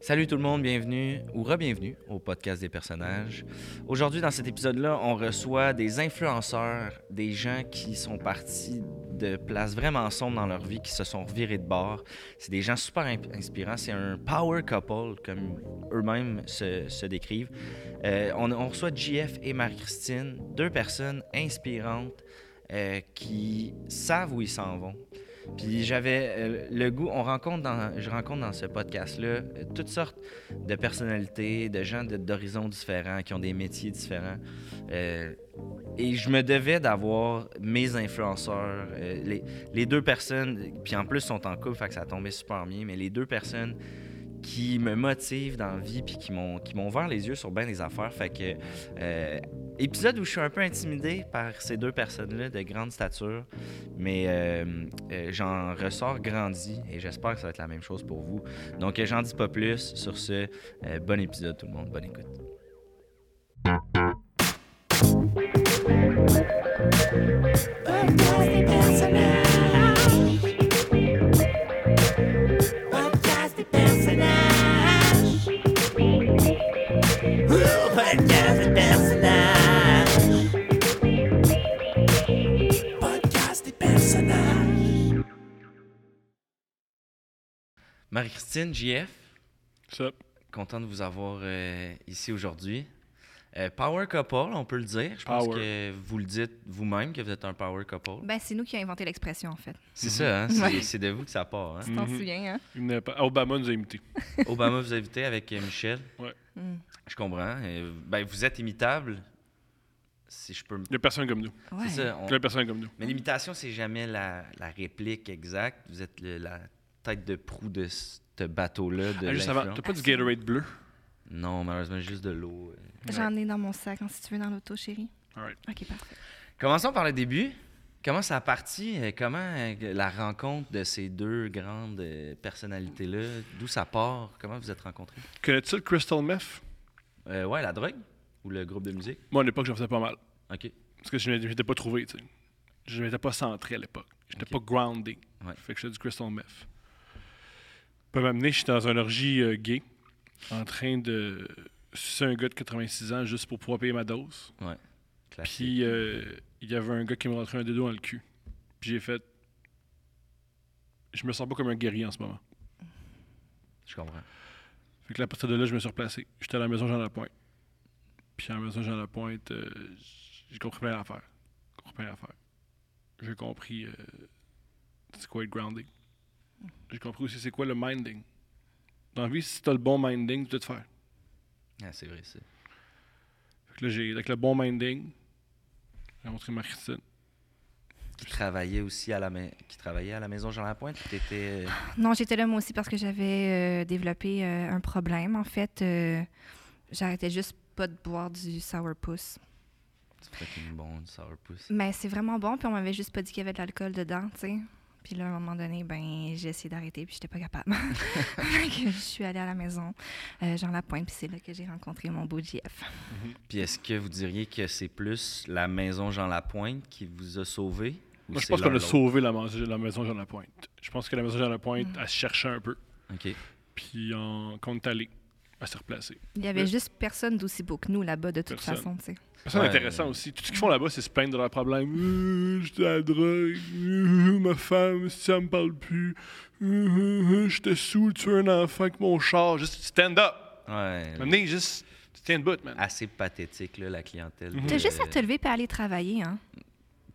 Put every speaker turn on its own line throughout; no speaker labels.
Salut tout le monde, bienvenue ou re-bienvenue au podcast des personnages. Aujourd'hui, dans cet épisode-là, on reçoit des influenceurs, des gens qui sont partis de places vraiment sombres dans leur vie, qui se sont virés de bord. C'est des gens super imp- inspirants. C'est un power couple, comme eux-mêmes se, se décrivent. Euh, on, on reçoit JF et Marie-Christine, deux personnes inspirantes euh, qui savent où ils s'en vont. Puis j'avais euh, le goût, on rencontre dans, je rencontre dans ce podcast-là euh, toutes sortes de personnalités, de gens de- d'horizons différents, qui ont des métiers différents. Euh, et je me devais d'avoir mes influenceurs, euh, les, les deux personnes, puis en plus ils sont en couple, fait que ça tombait super bien, mais les deux personnes qui me motivent dans la vie puis qui m'ont qui m'ont ouvert les yeux sur bien des affaires. Fait que euh, épisode où je suis un peu intimidé par ces deux personnes-là de grande stature, mais euh, euh, j'en ressors grandi et j'espère que ça va être la même chose pour vous. Donc euh, j'en dis pas plus sur ce euh, bon épisode tout le monde, bonne écoute.
Podcast des personnages. Podcast des personnages. Oh, Podcast des personnages. Podcast des personnages.
Marie-Christine, JF,
Sup?
content de vous avoir euh, ici aujourd'hui. Euh, power couple, on peut le dire. Je pense
Power.
que vous le dites vous-même que vous êtes un power couple.
Ben, c'est nous qui avons inventé l'expression, en fait.
C'est ça, hein? c'est,
Ouais.
c'est de vous que ça part. hein?
Tu t'en
Mhm.
souviens, hein?
Il venait pas- Obama nous a imités.
Obama vous a invité avec euh, Michel.
Ouais.
Mm.
Je comprends. Euh, ben, vous êtes imitable, si je peux me...
Il n'y a personne comme nous.
Ouais.
C'est ça, on-
Il y a personne comme nous.
Mais l'imitation, c'est jamais la, la réplique exacte. Vous êtes le- la tête de proue de ce bateau-là. de
Ah, juste
l'influence.
avant, t'as pas du Gatorade bleu?
Non, malheureusement, juste de l'eau. euh.
J'en ai dans mon sac, hein, si tu veux, dans l'auto, chérie.
Alright.
Ok, parfait.
Commençons par le début. Comment ça a parti? euh, Comment euh, la rencontre de ces deux grandes euh, personnalités-là, d'où ça part? Comment vous êtes rencontrés?
Connais-tu le Crystal Meth?
Euh, ouais, la drogue ou le groupe de musique?
Moi, à l'époque, j'en faisais pas mal.
OK.
Parce que je ne m'étais pas trouvé, tu sais. Je m'étais pas centré à l'époque. Je n'étais pas groundé.
Ouais.
Fait que j'étais du Crystal Meth. Peut m'amener, j'étais dans un orgie euh, gay, en train de sucer un gars de 86 ans juste pour pouvoir payer ma dose.
Ouais. Classique.
Puis euh, il y avait un gars qui me rentrait un dodo dans le cul. Puis j'ai fait. Je me sens pas comme un guerrier en ce moment.
Je comprends.
Fait que là, à partir de là, je me suis replacé. J'étais à la maison Jean Lapointe. Puis à la maison Jean Lapointe, euh, j'ai compris plein d'affaires. J'ai compris plein d'affaires. J'ai compris euh, c'est quoi être grounding. J'ai compris aussi c'est quoi le minding. Dans la vie, si t'as le bon minding, tu dois te faire.
Ah, c'est vrai, ça.
Fait que là, j'ai, avec le bon minding, j'ai montré ma Christine.
Qui travaillait aussi à la, mai- qui travaillait à la maison Jean-Lapointe? Tu étais.
Non, j'étais là, moi aussi, parce que j'avais euh, développé euh, un problème, en fait. euh, J'arrêtais juste pas de boire du sourpuss.
Tu ferais une bonne sourpuss.
Mais c'est vraiment bon, puis on m'avait juste pas dit qu'il y avait de l'alcool dedans, tu sais. Puis là, à un moment donné, ben, j'ai essayé d'arrêter, puis j'étais pas capable. Fait que je suis allée à la maison, euh, Jean Lapointe, puis c'est là que j'ai rencontré mon beau GF.
Puis est-ce que vous diriez que c'est plus la maison Jean Lapointe qui vous a sauvé? ou
Moi, je
c'est
pense qu'on
l'un
a
l'autre?
sauvé la, mas- la maison Jean Lapointe. Je pense que la maison Jean Lapointe, elle se cherchait un peu.
OK.
Puis en, quand on est allé, elle s'est replacée.
Il y avait
Mais-
juste personne d'aussi beau que nous là-bas, de toute
Personne.
façon, tu sais.
Personne
Ouais.
intéressant aussi. Tout ce qu'ils font là-bas, c'est se plaindre de leurs problèmes. Euh, J'étais à la drogue. Euh, ma femme, si elle me parle plus. Euh, euh, euh, J'étais saoul, tu es un enfant avec mon char. Juste stand up.
Ouais. Ah,
M'amener, juste stand bout, man.
Assez pathétique, là, la clientèle. de-
T'as juste à te lever et aller travailler, hein?
Puis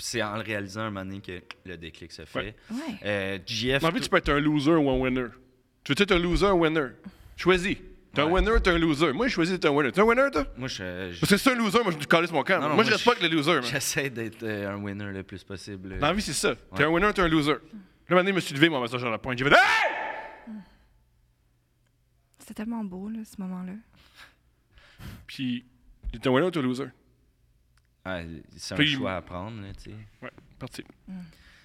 c'est en le réalisant un moment donné que le déclic se fait.
Ouais.
Ouais.
Euh, JF,
Mais en fait, tu peux être un loser ou un winner. Tu veux être un loser ou un winner? Choisis. T'es un
Ouais.
winner, t'es un loser. Moi, je choisis d'être un winner. T'es un winner, toi?
moi, je- je-
Parce que si t'es un loser, moi, je calisse mon camp.
Non, non,
moi, je
moi,
reste pas avec les losers, man.
j'essaie d'être euh, un winner le plus possible.
Dans la vie, c'est ça. T'es un winner, t'es un loser. Là, maintenant, je me suis levé, moi, ma soeur, la pointe. J'ai fait Hey!
C'était tellement beau, là, ce moment-là.
Puis, t'es un winner ou t'es un loser?
Ah, c'est un
Puis-
choix à prendre, là, tu sais.
Ouais, parti.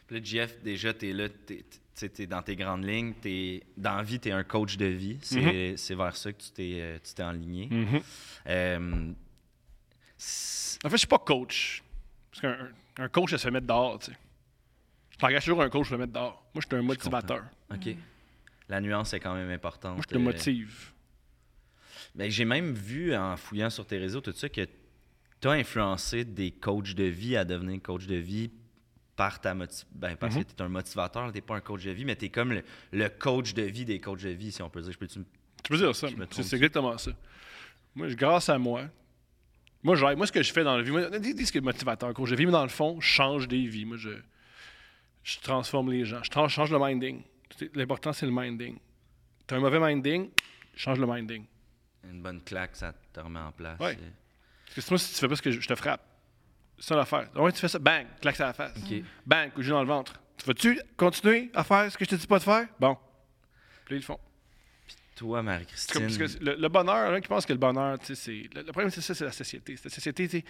Puis là, JF, déjà, t'es là, t'es- t'es- t'sais, t'es dans tes grandes lignes, t'es, dans la vie, t'es un coach de vie. C'est,
Mhm.
c'est vers ça que tu t'es, euh, tu t'es enligné. Euh, c'est-
En fait, je suis pas coach. Parce qu'un un coach, elle se fait mettre dehors, tu sais. Je t'engage toujours un coach, je me mettre dehors. Moi, je suis un motivateur.
OK. La nuance est quand même
Moi,
importante.
je te
euh,
motive.
Ben, j'ai même vu en fouillant sur tes réseaux tout ça que tu as influencé des coachs de vie à devenir coach de vie par ta moti- ben, parce
Mhm.
que tu es un motivateur, tu pas un coach de vie, mais tu es comme le, le coach de vie des coachs de vie, si on peut dire. Je peux-tu me-
Tu peux dire ça.
Je me
C'est
trompe.
c'est exactement ça. Moi, je- grâce à moi, moi, j'aide. moi, ce que je fais dans la vie, moi, dis, dis ce qui est motivateur, coach de vie, mais dans le fond, je change des vies. Moi, je, je transforme les gens. Je tran- change le minding. Tu sais, L'important, c'est le minding. Tu as un mauvais minding, change le minding.
Une bonne claque, ça te remet en place. Euh,
Ouais.
Et-
Parce que sinon, si tu fais pas ce que je, je te frappe, c'est ça l'affaire. Ouais, tu fais ça, bang, claque ça la face. Bang, coup de jus dans le ventre. Tu vas-tu continuer à faire ce que je te dis pas de faire? Bon. Puis là, ils le font.
Toi,
C'est comme- parce
Marie-Christine.
que le, le bonheur, là, qui pense que le bonheur, tu sais, c'est. Le, le problème, c'est ça, c'est la société. C'est la société, tu sais,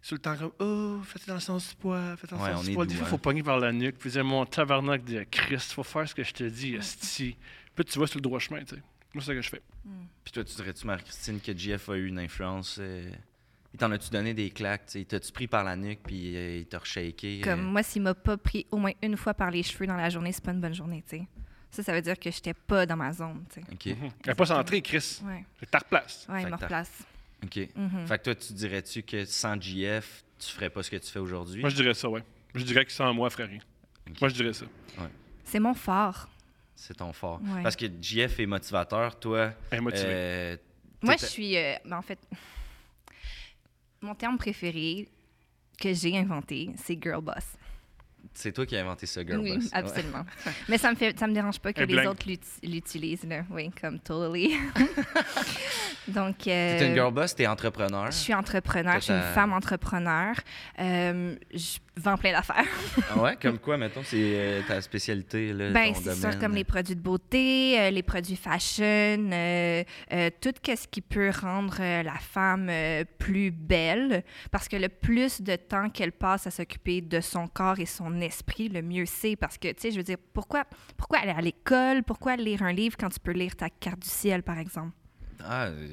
sur le temps comme Oh, faites attention au poids, faites
Ouais,
attention
on
au
est
poids. Des
doux,
fois,
hein.
il faut pogner par la nuque, puis dire Mon tabarnak de Christ, faut faire ce que je te dis, esti. Puis tu vas sur le droit chemin, tu sais. Moi, c'est ça que je fais.
Puis toi, tu dirais-tu, Marie-Christine, que Jeff a eu une influence euh, Il t'en a-tu donné des claques tu sais? Il t'a-tu pris par la nuque, puis euh, il t'a reshaké
Comme
euh?
moi, s'il m'a pas pris au moins une fois par les cheveux dans la journée, c'est pas une bonne journée, tu sais. Ça, ça veut dire que j'étais pas dans ma zone, tu sais.
Ok.
Elle est pas centrée, Chris.
Ouais,
Elle ta replace.
ouais,
Fait
il me
que t'as-
replace.
OK.
Mhm.
Fait que toi, tu dirais-tu que sans JF, tu ferais pas ce que tu fais aujourd'hui?
Moi, je dirais ça, ouais. Je dirais que sans moi, frère. Moi, je dirais ça.
C'est mon fort.
C'est ton fort.
Ouais.
Parce que JF est motivateur, toi.
Elle est motivée.
euh,
Moi, je
t'étais-
suis. euh, ben, en fait, mon terme préféré que j'ai inventé, c'est girl boss.
C'est toi qui as inventé ce girl
oui,
boss. Ouais.
absolument. Mais ça me fait, ça me dérange pas que
Elle
les
blank.
autres l'ut- l'utilisent, là. Oui, comme totally. Donc.
T'es une
euh,
girl boss, t'es entrepreneur.
Je suis entrepreneur,
Toi,
je suis une
t'as-
femme entrepreneur. Euh, je vends plein d'affaires.
Ah ouais, comme quoi, mettons, c'est euh, ta spécialité, là,
Ben,
ton
c'est
domaine.
sûr, comme les produits de beauté, euh, les produits fashion, euh, euh, tout ce qui peut rendre euh, la femme euh, plus belle. Parce que le plus de temps qu'elle passe à s'occuper de son corps et son esprit, le mieux c'est. Parce que, tu sais, je veux dire, pourquoi, pourquoi aller à l'école? Pourquoi lire un livre quand tu peux lire ta carte du ciel, par exemple?
Ah, euh,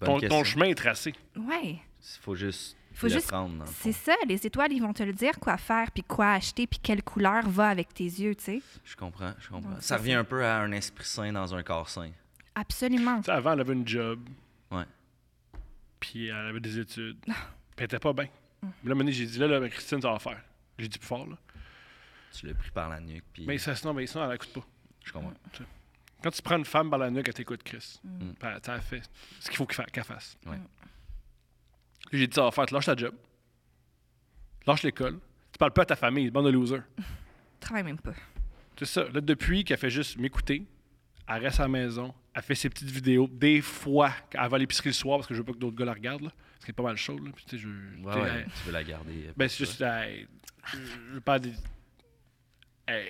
bonne
Ton,
question.
ton chemin est tracé.
Ouais.
Faut juste
Faut
le
juste-
prendre. dans le fond.
C'est ça, les étoiles, ils vont te le dire quoi faire, puis quoi acheter, puis quelle couleur va avec tes yeux, tu sais.
Je comprends, je comprends.
Donc,
ça
c'est
revient un peu à un esprit sain dans un corps sain.
Absolument.
Tu sais, avant, elle avait une job,
Ouais.
puis elle avait des études. puis elle était pas bien. Puis Là, un moment donné, j'ai dit, là, là, ben, Christine, ça va faire. J'ai dit plus fort, là.
Tu l'as pris par la nuque, puis
Mais ça, sinon, ben, sinon, elle écoute pas.
je comprends.
Quand tu prends une femme par la nuque, elle t'écoute, Chris. Puis elle, elle fait ce qu'il faut qu'elle fa- qu'elle fasse.
Mm. Ouais.
Puis J'ai dit, ça va faire, tu lâches ta job, lâche l'école, tu parles pas à ta famille, bande de losers.
travaille même pas.
C'est ça. Là, depuis qu'elle fait juste m'écouter, elle reste à la maison, elle fait ses petites vidéos. Des fois, elle va à l'épicerie le soir parce que je veux pas que d'autres gars la regardent, là, parce qu'elle est pas mal chaude. Là. Puis, tu sais, je,
Ouais,
tu sais,
ouais,
elle-
tu veux la garder. euh,
ben,
pour
c'est
toi.
juste. hey, je je veux pas. Des... hey,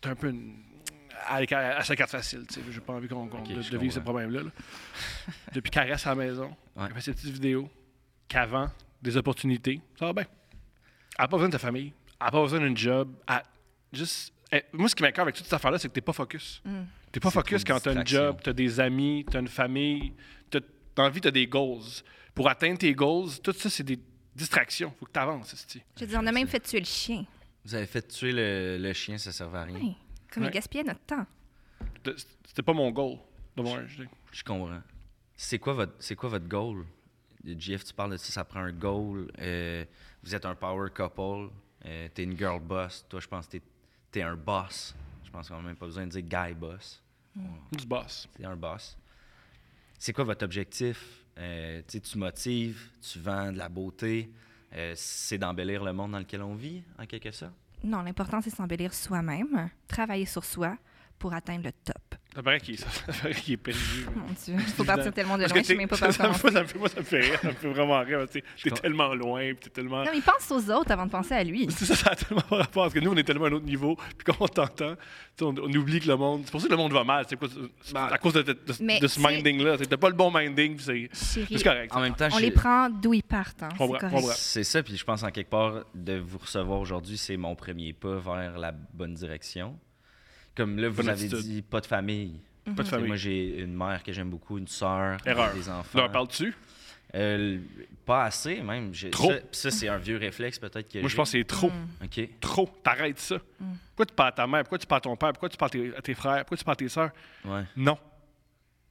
T'es un peu une. À, la- à sa carte facile, tu sais. J'ai pas envie qu'on qu'on-
Ok,
de,
je
de vivre ce
comprends.
problème-là. là. Depuis qu'elle reste à la maison,
Ouais.
elle fait ses petites vidéos, qu'avant, des opportunités, ça va bien. Elle n'a pas besoin de ta famille, elle n'a pas besoin d'une job. elle- Juste. hey, moi, ce qui m'écœure avec toute cette affaire-là, c'est que t'es pas focus.
Mm.
T'es pas
C'est trop
focus
de
quand t'as une
distraction.
job, t'as des amis, t'as une famille, t'as t'as envie, t'as des goals. Pour atteindre tes goals, tout ça, c'est des distractions. Faut que t'avances, esti.
Je veux dire, on a même fait tuer le chien.
Vous avez fait tuer le, le chien, ça servait à rien.
Hey, comme
Ouais.
il gaspillait notre temps.
De- C'était pas mon goal. de voir, je dis.
Je comprends. C'est quoi votre c'est quoi votre goal? JF, tu parles de ça, ça prend un goal. Euh, vous êtes un power couple. Euh, t'es une girl boss. Toi, je pense que t'es, t'es un boss. Je pense qu'on n'a même pas besoin de dire guy boss.
du boss.
T'es un boss. C'est quoi votre objectif? Euh, tu sais, tu motives, tu vends de la beauté. Euh, c'est d'embellir le monde dans lequel on vit, en quelque sorte.
Non, l'important, c'est s'embellir soi-même, travailler sur soi pour atteindre le top.
Ça paraît qu'il ça paraît qu'il est perdu.
Mon Dieu, il faut partir tellement de
Parce
loin,
que
je sais même
t'es-
pas
ça-
par
ça me fait-
comment.
ça me fait- Moi, ça me fait rire. Ça me fait vraiment rire. parce que T'es
comprends.
tellement loin, puis t'es tellement.
Non, mais pense aux autres avant de penser à lui.
C'est ça, ça a tellement pas rapport. Parce que nous, on est tellement à un autre niveau. Puis quand on t'entend, tu sais, on, on oublie que le monde. C'est pour ça que le monde va mal. C'est quoi, c'est-
Ben,
à cause de, de- de-
mais
de ce
tu sais-
minding-là. T'as pas le bon minding. puis C'est
Chérie,
c'est correct. Ah,
En même temps,
on
je-
les prend d'où ils partent. hein,
Je
c'est
comprends,
correct.
je comprends.
C'est ça, puis je pense en quelque part de vous recevoir aujourd'hui, c'est mon premier pas vers la bonne direction. Comme là, vous
Bonne
avez
attitude.
dit, pas de famille.
Pas de
Tu sais, Moi,
famille.
j'ai une mère que j'aime beaucoup, une sœur,
Erreur.
des enfants.
Leur parles-tu?
Euh, l- pas assez, même. J'ai-
Trop.
Ça, puis ça, c'est un vieux réflexe, peut-être. que
Moi, je pense que c'est trop.
Mm.
c'est. OK.
Trop. T'arrêtes ça. Pourquoi tu parles à ta mère? Pourquoi tu parles à ton père? Pourquoi tu parles à tes- à tes frères? Pourquoi tu parles à tes sœurs?
Ouais.
Non.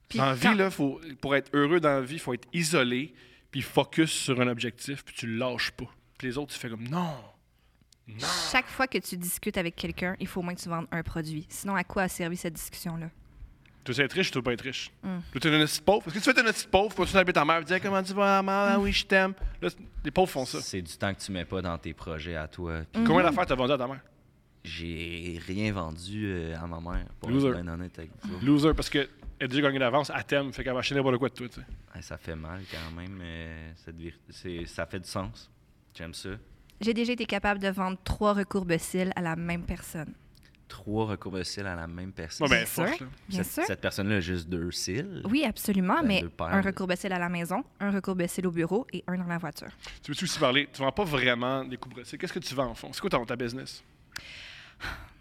Puis
dans la vie,
quand-
là, faut, pour être heureux dans la vie, il faut être isolé, puis focus sur un objectif, puis tu le lâches pas. Puis les autres, tu fais comme non. Non.
Chaque fois que tu discutes avec quelqu'un, il faut au moins que tu vendes un produit. Sinon, à quoi a servi cette discussion-là?
Tu veux être riche ou tu veux pas être riche?
Mm.
Tu veux être un petit pauvre? Parce que tu veux être un petit pauvre, tu continues à habiter ta mère, puis dire comment tu vas, maman, ah oui, je t'aime. Là, c- les pauvres font ça.
C'est du temps que tu mets pas dans tes projets à toi.
Mm. Mm-hmm.
Puis
Combien d'affaires t'as vendu à ta mère?
J'ai rien vendu euh, à ma mère, pour
Loser.
être bien honnête avec
Mm.
vous. autres.
Loser, parce qu'elle a déjà gagné d'avance, à thème, fait qu'elle va acheter n'importe quoi de toi, tu sais.
Ah, ça fait mal quand même, mais cette vir- c'est- ça fait du sens. J'aime ça.
J'ai déjà été capable de vendre trois recourbecilles à la même personne.
Trois recours de cils à la même personne.
Ouais, ben,
sûr.
force, là.
Bien
cette,
sûr.
cette personne-là a juste deux cils.
Oui, absolument,
Ben,
mais
deux paires
un
de-
recourbecille à la maison, un recourbecille au bureau et un dans la voiture.
Tu veux-tu aussi parler? Tu vends pas vraiment des coups brossés. Qu'est-ce que tu vends en fond? C'est quoi ton, ta business?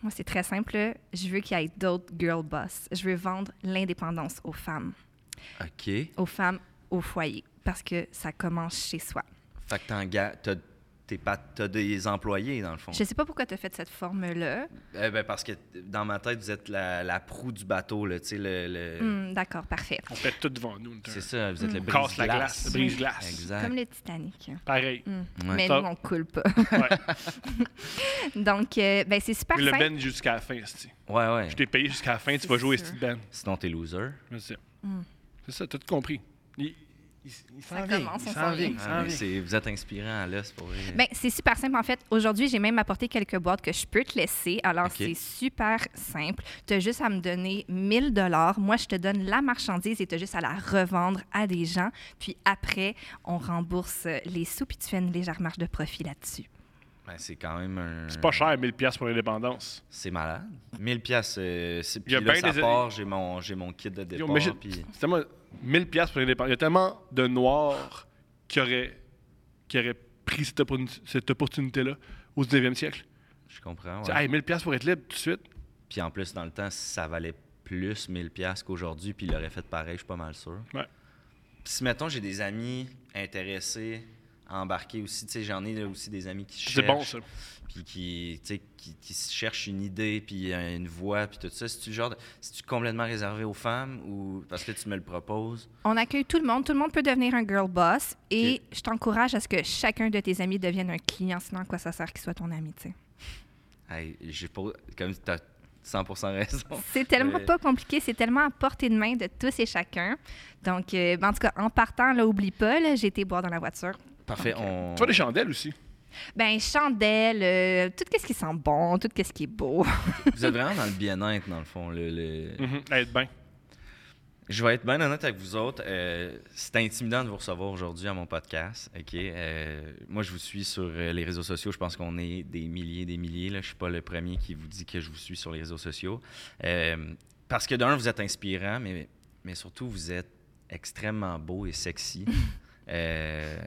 Moi, c'est très simple. là. Je veux qu'il y ait d'autres girl boss. Je veux vendre l'indépendance aux femmes,
OK. Fait
aux femmes au foyer, parce que ça commence chez soi.
que t'enga- t'as, t'es pas, t'as des employés, dans le fond.
Je sais pas pourquoi tu as fait cette forme-là.
Eh ben, parce que dans ma tête, vous êtes la, la proue du bateau, là, tu sais, le... le-
Hum, D'accord, parfait.
On fait tout devant nous.
C'est ça, vous êtes le brise-glace.
Casse la glace, le brise-glace.
Exact.
Mm. Comme le Titanic. hein.
Pareil.
Mm.
Ouais.
Mais nous,
Top.
on coule pas.
Ouais.
Donc, euh, ben, c'est super
Mais le
simple.
ben jusqu'à la fin, c'est
Ouais, ouais.
Je t'ai payé jusqu'à la fin, tu vas
C'est
jouer
sûr. Mm.
ce ben.
Sinon, t'es loser.
Je sais. C'est ça, t'as tout compris. Il, il, il s'en
Ça
vient,
commence,
il
on
s'en
s'en
vient,
vient.
il
Ah,
s'en
mais
vient.
c'est- vous êtes inspirant à l'os, pour vrai.
Ben, c'est super simple. En fait, aujourd'hui, j'ai même apporté quelques boîtes que je peux te laisser. Alors,
Ok.
c'est super simple. Tu as juste à me donner 1000 dollars. Moi, je te donne la marchandise et tu as juste à la revendre à des gens. Puis après, on rembourse euh, les sous puis tu fais une légère marge de profit là-dessus.
Ben, c'est quand même un...
C'est pas cher, 1000$ piastres pour l'indépendance.
C'est malade. 1000 pièces. Euh, c'est-
Il y a
puis là,
bien
ça
des-
part, j'ai mon, j'ai mon kit de
Yo,
départ.
mais j'ai-
puis-
C'est tellement 1000$ piastres pour l'indépendance. Il y a tellement de noirs qui auraient, qui auraient pris cette, opportun- cette opportunité-là au 19e siècle.
Je comprends.
Tu
ouais.
sais, Hey, 1000$ piastres pour être libre tout de suite.
Puis en plus, dans le temps, ça valait plus 1000 pièces qu'aujourd'hui, puis il aurait fait pareil, je suis pas mal sûr.
Ouais.
Puis si, mettons, j'ai des amis intéressés à embarquer aussi, tu sais, j'en ai là, aussi des amis qui cherchent.
C'est bon, ça.
Puis qui, tu sais, qui, qui se cherchent une idée, puis euh, une voix, puis tout ça. C'est-tu le genre de- C'est-tu complètement réservé aux femmes ou parce que tu me le proposes?
On accueille tout le monde. Tout le monde peut devenir un girl boss. Et
Ok.
je t'encourage à ce que chacun de tes amis devienne un client. Sinon, à quoi ça sert qu'il soit ton ami, tu sais?
Hey, j'ai pas. Comme t'as 100% raison.
C'est tellement
Euh,
pas compliqué, c'est tellement à portée de main de tous et chacun. Donc, euh, ben, en tout cas, en partant, là, oublie pas, là, j'ai été boire dans la voiture.
Parfait, on.
Tu vois des chandelles aussi.
Ben, chandelle, euh, tout ce qui sent bon, tout ce qui est beau.
Vous êtes vraiment dans le bien-être, dans le fond. le- le-
Mhm, à Être bien.
Je vais être bien honnête avec vous autres. euh, c'est intimidant de vous recevoir aujourd'hui à mon podcast. OK? Euh, moi, je vous suis sur euh, les réseaux sociaux. Je pense qu'on est des milliers des milliers. Là. Je suis pas le premier qui vous dit que je vous suis sur les réseaux sociaux. Euh, parce que d'un, vous êtes inspirant, mais, mais surtout, vous êtes extrêmement beau et sexy. Euh,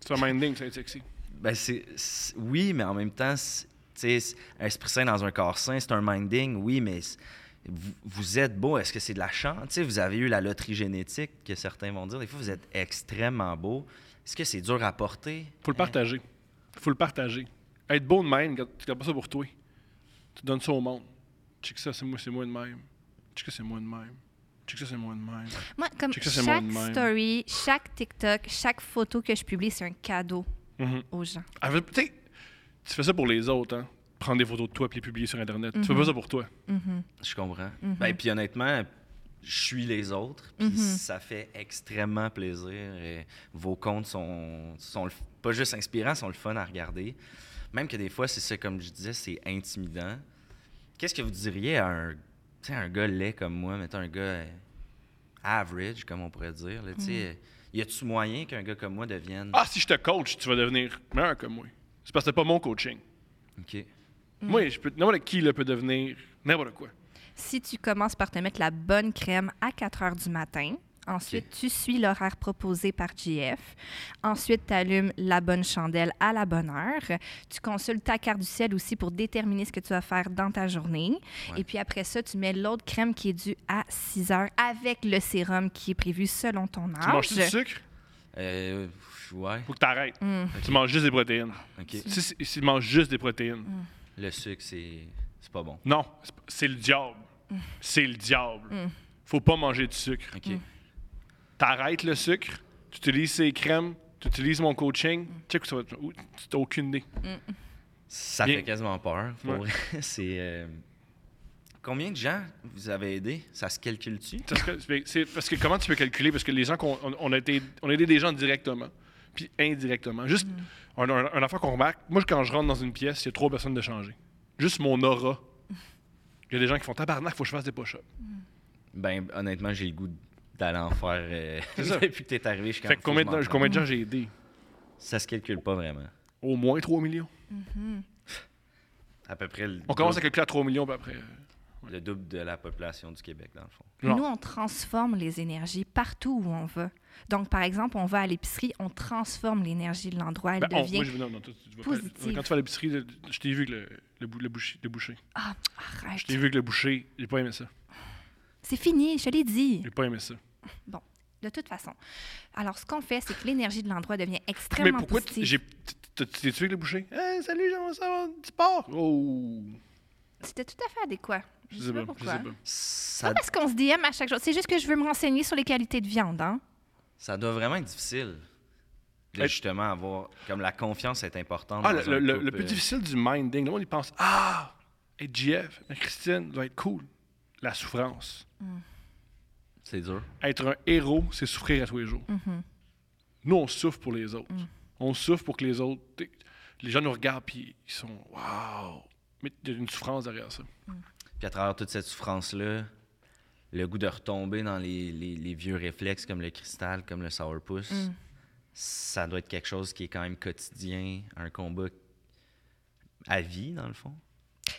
C'est un minding, c'est sexy.
ben, c'est, c'est- oui, mais en même temps, c'est- tu sais, c'est- un esprit sain dans un corps sain, c'est un minding, oui, mais c'est- vous, vous êtes beau. Est-ce que c'est de la chance? Tu sais, vous avez eu la loterie génétique, que certains vont dire. Des fois, vous êtes extrêmement beau. Est-ce que c'est dur à porter? Hein?
Faut le partager. Faut le partager. Être beau de même, garde- tu gardes pas ça pour toi. Tu donnes ça au monde. Check ça, c'est moi, c'est moi de même. Check ça, c'est moi de même. Check ça, c'est moi de même.
Moi, comme
Check ça, c'est moi
chaque
de même.
story, chaque TikTok, chaque photo que je publie, c'est un cadeau
Mhm.
aux gens.
Ah, mais tu sais, tu fais ça pour les autres, hein. Prendre des photos de toi puis les publier sur Internet. Tu fais
Mm-hmm.
pas ça pour toi.
Je comprends. Ben, puis honnêtement, je suis les autres, puis ça fait extrêmement plaisir. Et vos comptes sont, sont le- pas juste inspirants, sont le fun à regarder. Même que des fois, c'est ça, comme je disais, c'est intimidant. Qu'est-ce que vous diriez à un, tu sais, un gars laid comme moi, mettons un gars euh, average, comme on pourrait dire, là, tu sais, euh, y a-tu moyen qu'un gars comme moi devienne...
Ah, si je te coach, tu vas devenir meilleur comme moi. C'est parce que c'est pas mon coaching.
OK.
Moi, je peux. N'importe qui là, peut devenir n'importe quoi.
Si tu commences par te mettre la bonne crème à 4 heures du matin, ensuite tu suis l'horaire proposé par GF, ensuite tu allumes la bonne chandelle à la bonne heure, tu consultes ta carte du ciel aussi pour déterminer ce que tu vas faire dans ta journée, et puis après ça tu mets l'autre crème qui est due à 6 heures avec le sérum qui est prévu selon ton
Tu manges du
âge.
sucre,
Euh, ouais,
faut que t'arrêtes. Tu manges juste des protéines.
OK.
Si, si, si tu manges juste des protéines,
Le sucre, c'est c'est pas bon.
non, c'est pas- c'est le diable. C'est le diable. faut pas manger de sucre.
OK.
T'arrêtes le sucre, tu utilises ces crèmes, tu utilises mon coaching, check où ça va. te- où- Tu t'as aucune idée.
Ça
Bien.
fait quasiment peur. pour
Ouais.
vrai. C'est. euh, Combien de gens vous avez aidé Ça se calcule-tu
Parce que, c'est- c'est- parce que comment tu peux calculer? Parce que les gens qu'on on, on a, été- on a aidé des gens directement, puis indirectement. Juste, un, un- un affaire qu'on remarque, moi, quand je rentre dans une pièce, il y a trois personnes de changer. Juste mon aura. Il y a des gens qui font tabarnak, faut que je fasse des push-ups.
Ben, honnêtement, j'ai le goût d'aller en faire. euh,
C'est ça.
Depuis que t'es arrivé, je suis
Fait que
comme,
combien
faut
de,
que je m'en
gens- combien de gens j'ai aidé?
prenne. Ça se calcule pas vraiment.
Au moins 3 millions.
À peu près le,
On commence à
double,
calculer à 3 millions, puis après. euh,
le double de la population du Québec, dans le fond.
Genre.
Nous, on transforme les énergies partout où on va. Donc, par exemple, on va à l'épicerie, on transforme l'énergie de l'endroit, elle
Ben, on-
devient...
moi, je, non, non, toi, tu- tu vas pas-
positive.
quand tu fais à l'épicerie, le- je t'ai vu avec le, le, bou- le bouchi- le boucher.
Ah,
Je t'ai
arrête.
vu avec le boucher, j'ai pas aimé ça.
C'est fini, je te l'ai dit.
J'ai pas aimé ça.
De toute façon. Alors, ce qu'on fait, c'est que l'énergie de l'endroit devient
Mais
extrêmement
pourquoi tu
positive.
j'ai- t- t- t'es-tu avec le boucher? Hey, salut, j'aimerais ça avoir du sport. Oh,
C'était tout à fait adéquat.
je sais pas, je sais pas.
Ça,
Pas parce qu'on se DM à chaque jour. C'est juste que je veux me renseigner sur les qualités de viande. Hein?
ça doit vraiment être difficile. De
Hey.
justement avoir. Comme la confiance est importante.
Ah,
dans
le,
un
le- le-
couple,
le plus
euh,
difficile du minding, le monde, il pense, ah, hey, GF, la Christine doit être cool. La souffrance.
C'est dur.
Être un héros, c'est souffrir à tous les jours. Nous, on souffre pour les autres. On souffre pour que les autres. t'es- Les gens nous regardent puis ils sont Waouh! Mais il y a une souffrance derrière ça.
Puis à travers toute cette souffrance-là, le goût de retomber dans les, les- les vieux réflexes comme le cristal, comme le sourpuss,
Mm.
ça doit être quelque chose qui est quand même quotidien, un combat à vie, dans le fond.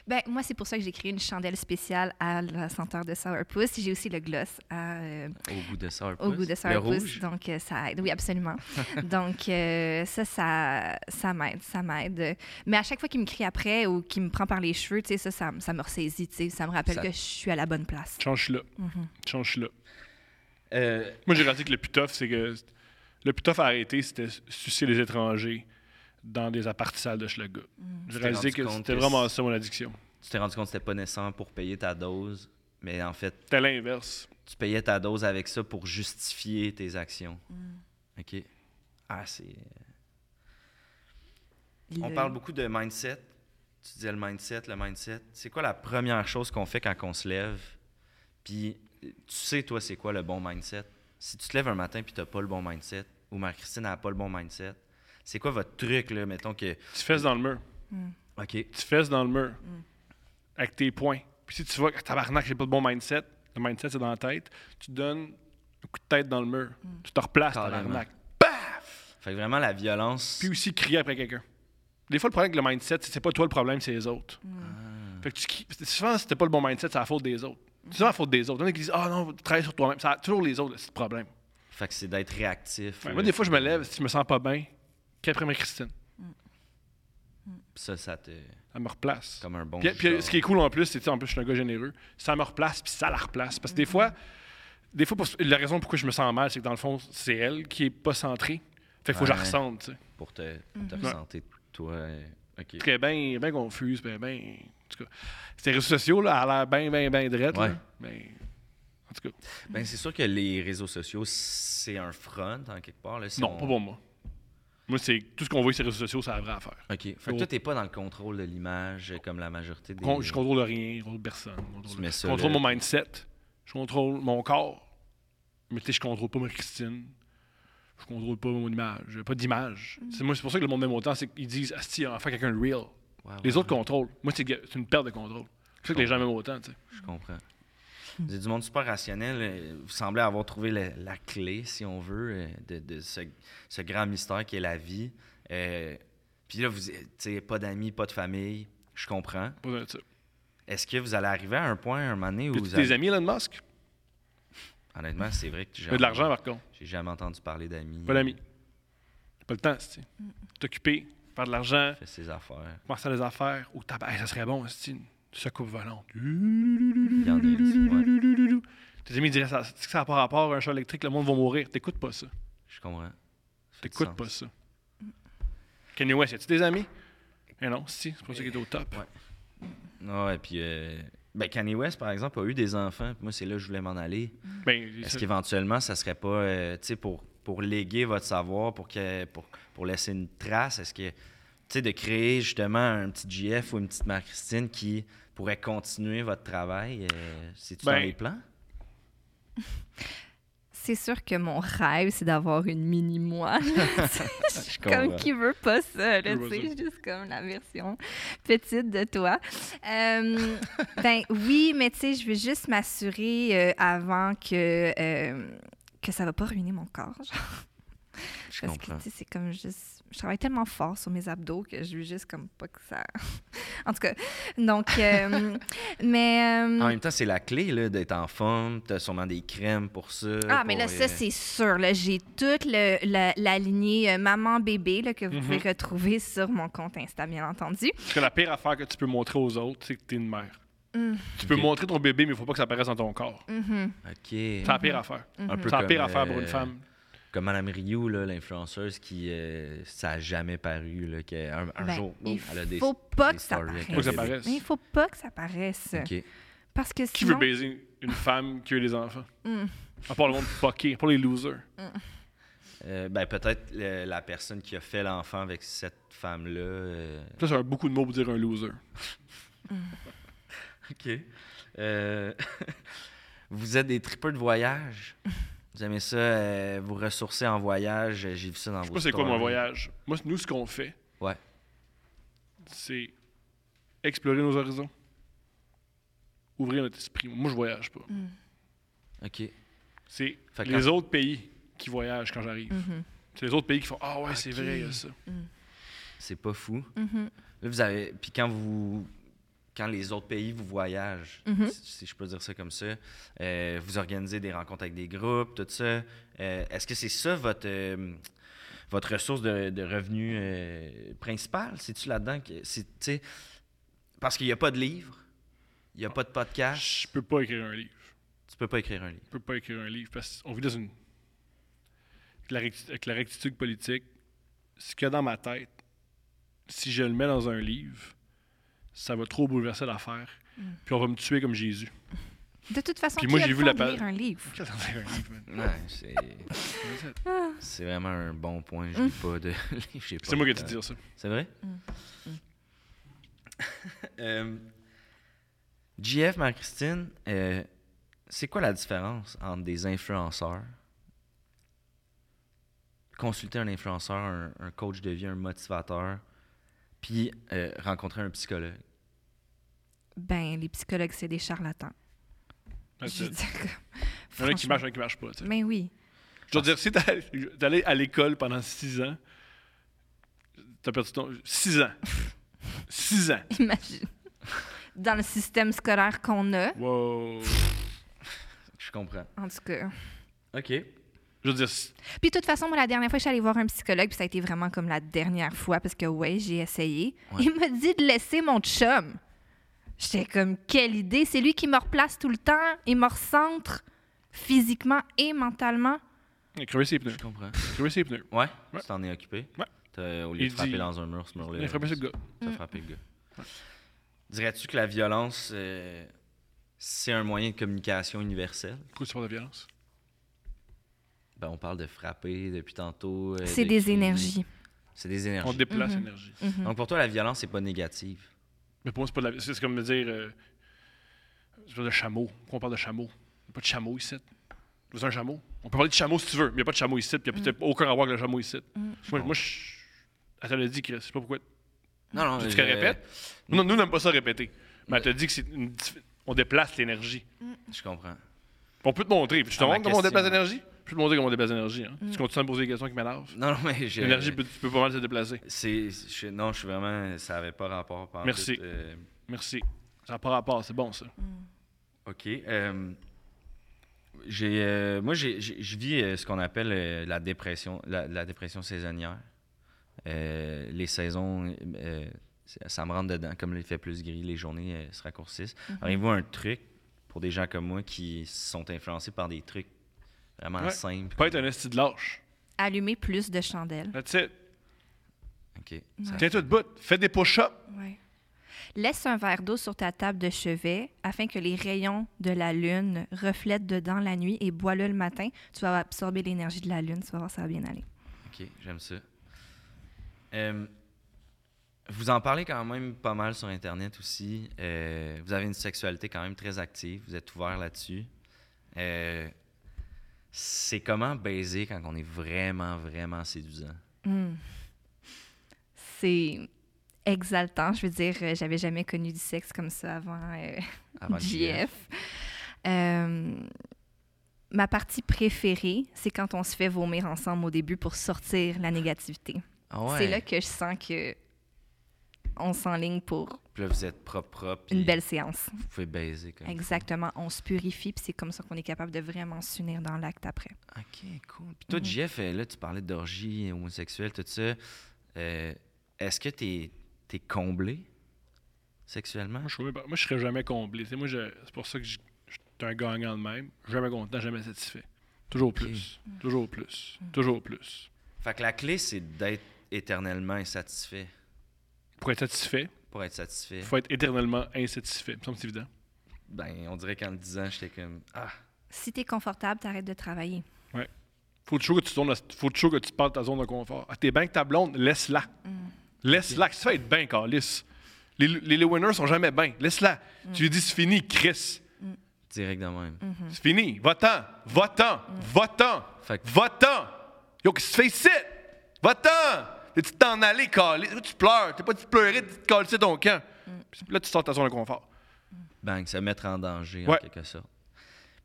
Ben, moi, c'est pour ça que j'ai créé une chandelle spéciale à la senteur de sourpuss. J'ai aussi le gloss à, euh,
Au goût de sourpuss.
au goût de
Le
sourpuss.
rouge.
Donc, euh, ça aide. Oui, absolument. donc, euh, ça, ça, ça m'aide. Ça m'aide. Mais à chaque fois qu'il me crie après ou qu'il me prend par les cheveux, tu sais, ça, ça, me- ça me ressaisit. tu sais. Ça me rappelle
Ça-
que je suis à la bonne place.
Change là. Change là.
Euh,
Moi, j'ai raté que le plus tough, c'est que le plus tough à arrêter, c'était sucer les étrangers dans des appartis sales de Schlaga. J'ai
t'es
réalisé
rendu
que
compte
c'était
que
vraiment
c'est-
ça mon addiction.
tu t'es rendu compte que c'était pas naissant pour payer ta dose, mais en fait,
C'était l'inverse.
tu payais ta dose avec ça pour justifier tes actions.
Mm.
OK? Ah, c'est. On
Le-
parle beaucoup de mindset. Tu disais le mindset, le mindset. C'est quoi la première chose qu'on fait quand on se lève? Puis tu sais, toi, c'est quoi le bon mindset? Si tu te lèves un matin puis tu n'as pas le bon mindset, ou Marie-Christine n'a pas le bon mindset, c'est quoi votre truc, là? Mettons que.
Tu fesses dans le mur.
OK,
Tu fesses dans le mur. Avec tes poings. Puis si tu vois que tabarnak, j'ai pas de bon mindset, le mindset, c'est dans la tête, tu donnes un coup de tête dans le mur. Tu te replaces,
Carrément.
tabarnak.
fait que vraiment la violence.
Puis aussi crier après quelqu'un. Des fois, le problème avec le mindset, c'est que c'est pas toi le problème, c'est les autres.
Ah.
Fait que tu cries- c'est- Souvent, si t'as pas le bon mindset, c'est la faute des autres. C'est souvent la faute des autres. Il y en a qui disent Ah non, travaille sur toi-même. C'est toujours les autres, c'est le problème.
Fait que c'est d'être réactif.
Ouais,
là.
moi, des fois, je me lève, si je me sens pas bien, qu'après ma Christine,
Ça, ça te.
elle me replace.
Comme un bon.
Puis, puis
genre.
ce qui est cool en plus, c'est tu sais, en plus, je suis un gars généreux. Ça me replace, puis ça la replace. Parce que des fois, des fois pour- la raison pourquoi je me sens mal, c'est que dans le fond, c'est elle qui est pas centrée. Fait qu'il faut que je
Ouais.
la ressente, tu sais.
Pour te, pour
Mhm.
te ressentir, toi. euh, OK.
très bien ben confuse, ben, ben. En tout cas, ces réseaux sociaux, là, elle a l'air bien, bien, bien drette. là.
Ouais.
Mais, en tout cas,
Ben, c'est sûr que les réseaux sociaux, c'est un front, en quelque part. Là, si
non,
on-
pas pour moi. Moi, c'est tout ce qu'on voit sur les réseaux sociaux, c'est la vraie affaire.
OK. Fait que
Faut-
toi, t'es pas dans le contrôle de l'image euh, comme la majorité des...
Con- Je contrôle rien, je contrôle personne. Je
Tu
contrôle,
mets
je
ça,
contrôle
là.
mon mindset, je contrôle mon corps. Mais tu sais, je contrôle pas ma Christine. Je contrôle pas mon image. J'ai pas d'image. C'est moi, c'est pour ça que le monde m'aime autant, c'est qu'ils disent Ah, Asti, enfin quelqu'un de real.
Ouais, Ah ouais,
Les autres contrôlent. Moi, c'est c'est une perte de contrôle. C'est pour ça que les gens m'aiment autant, tu sais.
Je comprends. Vous êtes du monde super rationnel. euh, Vous semblez avoir trouvé la, la clé, si on veut, euh, de, de ce, ce grand mystère qui est la vie. Euh, Puis là, vous n'avez pas d'amis, pas de famille. Je comprends.
Pas besoin de ça. Puis
Est-ce que vous allez arriver à un point, un moment donné, où vous
T'as des
allez-
amis, Elon Musk
Honnêtement, c'est vrai que j'ai...
Il a de l'argent, par contre.
J'ai jamais entendu parler d'amis.
Pas d'amis. Pas le temps, tu sais. T'occuper, faire de l'argent,
Fait ses affaires.
commencer à des affaires, ou tabac, ça serait bon, c'est une secoupe volante.
Il y en a ouais,
Tes amis diraient, ça, si ça n'a pas rapport à un chat électrique, le monde va mourir. T'écoutes pas ça.
Je comprends. Ça fait du
T'écoutes
sens.
pas ça. Kanye West, as-tu des amis? Eh non, si, c'est pour ça qu'il est au top.
Ah Ouais. Ouais, puis euh, ben, Ben, Kanye West, par exemple, a eu des enfants. puis Moi, c'est là que je voulais m'en aller.
Ben,
Est-ce
ça-
qu'éventuellement, ça serait pas, euh, tu sais, pour, pour léguer votre savoir, pour, que, pour, pour laisser une trace, est-ce que, tu sais, de créer justement un petit GF ou une petite Marie-Christine qui pourrait continuer votre travail, euh, c'est-tu dans
Ben-
les plans?
C'est sûr que mon rêve, c'est d'avoir une mini-moi. là, tu sais. Je suis
comprends.
comme qui veut pas ça, là,
Je vois
tu sais,
ça.
juste comme la version petite de toi. Euh, ben oui, mais tu sais, je veux juste m'assurer euh, avant que, euh, que ça va pas ruiner mon corps. genre.
Je
Parce
comprends.
que, tu sais, c'est comme juste... Je travaille tellement fort sur mes abdos que je veux juste comme pas que ça... en tout cas, donc... euh, mais... euh,
En même temps, c'est la clé là, d'être en forme. T'as sûrement des crèmes pour ça.
Ah, mais
pour,
là,
euh,
ça, c'est sûr. là. J'ai toute le- la, la lignée euh, maman-bébé là, que
Mhm.
vous pouvez retrouver sur mon compte Insta, bien entendu.
Parce que la pire affaire que tu peux montrer aux autres, c'est que t'es une mère.
Mm.
Tu peux
Ok.
montrer ton bébé, mais il faut pas que ça apparaisse dans ton corps.
Mhm.
OK.
C'est la pire affaire.
Un peu
C'est la
comme,
pire affaire pour
euh,
une femme.
Comme Madame Rioux, là, l'influenceuse qui. euh, ça a jamais paru, là, qu'un un
Ben,
jour.
il
boum, elle a des.
faut pas
des
que ça
stories avec
paraisse.
un
Faut que ça
bébé.
paraisse.
Mais il faut pas que ça paraisse.
OK.
Parce que
Qui veut
sinon...
baiser une femme qui a eu des enfants?
Mm.
À part le monde fucké, à part les losers.
Euh, ben, peut-être le- la personne qui a fait l'enfant avec cette femme-là. euh,
Ça, c'est un beaucoup de mots pour dire un loser.
OK. Euh, vous êtes des tripeux de voyage. Vous aimez ça, euh, vous ressourcer en voyage. J'ai vu ça dans
Je sais
vos
pas c'est quoi
stories.
mon voyage. Moi, nous, ce qu'on fait,
Ouais.
c'est explorer nos horizons. Ouvrir notre esprit. Moi, je voyage pas.
OK.
C'est
Fait que
les
quand-
autres pays qui voyagent quand j'arrive. C'est les autres pays qui font Ah ouais, c'est vrai, il y a ça.
C'est pas fou. Là, vous avez. Puis quand vous. Quand les autres pays vous voyagent, si- si je peux dire ça comme ça, euh, vous organisez des rencontres avec des groupes, tout ça. Euh, Est-ce que c'est ça votre. euh, votre ressource de, de revenus euh, principale, c'est-tu là-dedans? que- c'est- tu sais, Parce qu'il n'y a pas de livre, il n'y a pas de podcast,
Je peux pas écrire un livre.
tu peux pas écrire un livre.
Je peux pas écrire un livre parce qu'on vit dans une. Avec la, recti- avec la rectitude politique, ce qu'il y a dans ma tête, si je le mets dans un livre, ça va trop bouleverser l'affaire. Puis on va me tuer comme Jésus.
De toute façon,
Puis
qui
moi,
a
j'ai
le
vu
temps
la
de
page-
lire un livre?
Qu'est-ce qu'on fait avec un livre, man?
Ouais, c'est- c'est vraiment un bon point. Je lis pas de livre, j'ai pas
Ah. C'est moi
le
qui ai dit de
temps.
dire ça.
C'est vrai? Euh, JF, Marie-Christine, euh, c'est quoi la différence entre des influenceurs, consulter un influenceur, un, un coach de vie, un motivateur, puis euh, rencontrer un psychologue?
Ben, les psychologues, c'est des charlatans.
That's
Je veux
it.
dire, comme,
Ah, Il y en a qui
franchement.
marchent, il y en a qui marchent pas. tu sais.
Mais oui.
Je veux dire, si t'allais t'allais à l'école pendant 6 ans, t'as perdu ton. 6 ans. 6 ans.
Imagine. Dans le système scolaire qu'on a,
Wow.
Je comprends.
en tout cas.
OK.
Je veux dire, si-
Puis de toute façon, moi, la dernière fois, je suis allée voir un psychologue, puis ça a été vraiment comme la dernière fois, parce que, ouais, j'ai essayé.
Ouais.
Il m'a dit de laisser mon chum. J'étais comme, quelle idée! C'est lui qui me replace tout le temps, il me recentre physiquement et mentalement.
crever ses pneus.
Je comprends.
Crever ses pneus.
Ouais?
Ouais.
Tu t'en es occupé?
Ouais.
T'as- au lieu
Il
de frapper
dit-
dans un mur, ce mur-là.
Il a frappé ce gars.
Mm.
T'as frappé le gars. Dirais-tu que la violence, euh, c'est un moyen de communication universel?
Pourquoi tu parles de violence?
Ben, on parle de frapper depuis tantôt. euh,
C'est
de
des
crier.
énergies. Mm.
C'est des
On
énergies.
déplace l'énergie.
Donc pour toi, la violence, c'est pas négative.
Mais pour moi, c'est pas de la violence. C'est comme me dire. euh, Je parle de chameau. Pourquoi on parle de chameau? Il n'y a pas de chameau ici. Tu veux un chameau? On peut parler de chameau si tu veux, mais il n'y a pas de chameau ici. Puis il n'y a peut-être aucun rapport avec le chameau ici. Moi, moi, je. Elle te l'a dit, Chris. Je sais pas pourquoi.
Non, non.
Tu
je-
te répètes? Nous, nous, on n'aime pas ça répéter. Mais elle te dit que c'est une dif- on déplace l'énergie.
Je comprends.
On peut te montrer. Puis je te
Ah, ma
montre comment on
question.
déplace l'énergie. Je peux te montrer comment on déplace l'énergie. Hein. Tu continues à me poser des questions qui m'énervent.
Non, non, mais j'ai.
L'énergie, peut- tu peux pas mal se déplacer.
C'est. je- Non, je suis vraiment. Ça avait pas rapport. par
Merci.
tout, euh,
Merci. Ça n'a pas rapport, c'est bon ça.
OK. euh, j'ai, euh, moi, j'ai- j'ai- je vis euh, ce qu'on appelle euh, la dépression, la, la dépression saisonnière. Euh, les saisons, euh, ça- ça me rentre dedans. Comme il fait plus gris, les journées euh, se raccourcissent. Avez-vous un truc pour des gens comme moi qui sont influencés par des trucs vraiment
Ouais.
simples?
Pas être un esti de lâche.
Allumer plus de chandelles.
That's it.
OK. ça-
Tiens-toi debout. Fais des push-ups.
Ouais. Laisse un verre d'eau sur ta table de chevet afin que les rayons de la lune reflètent dedans la nuit et bois-le le matin. Tu vas absorber l'énergie de la lune, tu vas voir, ça va bien aller.
OK, j'aime ça. Euh, vous en parlez quand même pas mal sur Internet aussi. Euh, vous avez une sexualité quand même très active. Vous êtes ouvert là-dessus. Euh, c'est comment baiser quand on est vraiment, vraiment séduisant?
C'est exaltant, je veux dire, euh, j'avais jamais connu du sexe comme ça avant. euh,
Avant le
GF. Euh, ma partie préférée, c'est quand on se fait vomir ensemble au début pour sortir la négativité.
Ah ouais.
C'est là que je sens que on s'enligne pour
Puis là, vous êtes propre, propre. puis
une belle séance.
Vous pouvez baiser comme
Exactement, on se purifie, puis c'est comme ça qu'on est capable de vraiment s'unir dans l'acte après.
ça. OK, cool. Puis
Mhm.
toi, Jeff, euh, là, tu parlais d'orgie homosexuelle, tout ça. Euh, Est-ce que t'es es comblé sexuellement?
Moi, je serais- moi, je serais jamais comblé. Tu sais, moi, je- c'est pour ça que je, je suis un gagnant de même. Jamais content, jamais satisfait. Toujours plus. Toujours plus. Toujours plus.
Fait que la clé, c'est d'être éternellement insatisfait
Pour être satisfait,
pour être satisfait.
il faut être éternellement insatisfait. Ça me semble évident.
Ben, on dirait qu'en le disant, j'étais comme Ah,
Si t'es confortable, t'arrêtes de travailler.
Faut toujours que tu tournes, la- faut toujours que tu partes de ta zone de confort. Ah, t'es bien que ta blonde, laisse-la. Laisse-la. Qu'est-ce que tu fais être bien, Carlis? Les, les, les winners sont jamais bien. Laisse-la. Tu lui dis, c'est fini, Chris.
direct de même.
C'est fini. Va-t'en. Va-t'en. Va-t'en.
Fait que-
Va-t'en. Yo, qu'est-ce que tu fais ici? Va-t'en. Et tu t'en aller, Carlis. Tu pleures. T'es pas dit de pleurer, tu te cales ton camp. Puis là, tu sors de ta zone de confort.
Bang, se mettre en danger en
Ouais.
quelque sorte.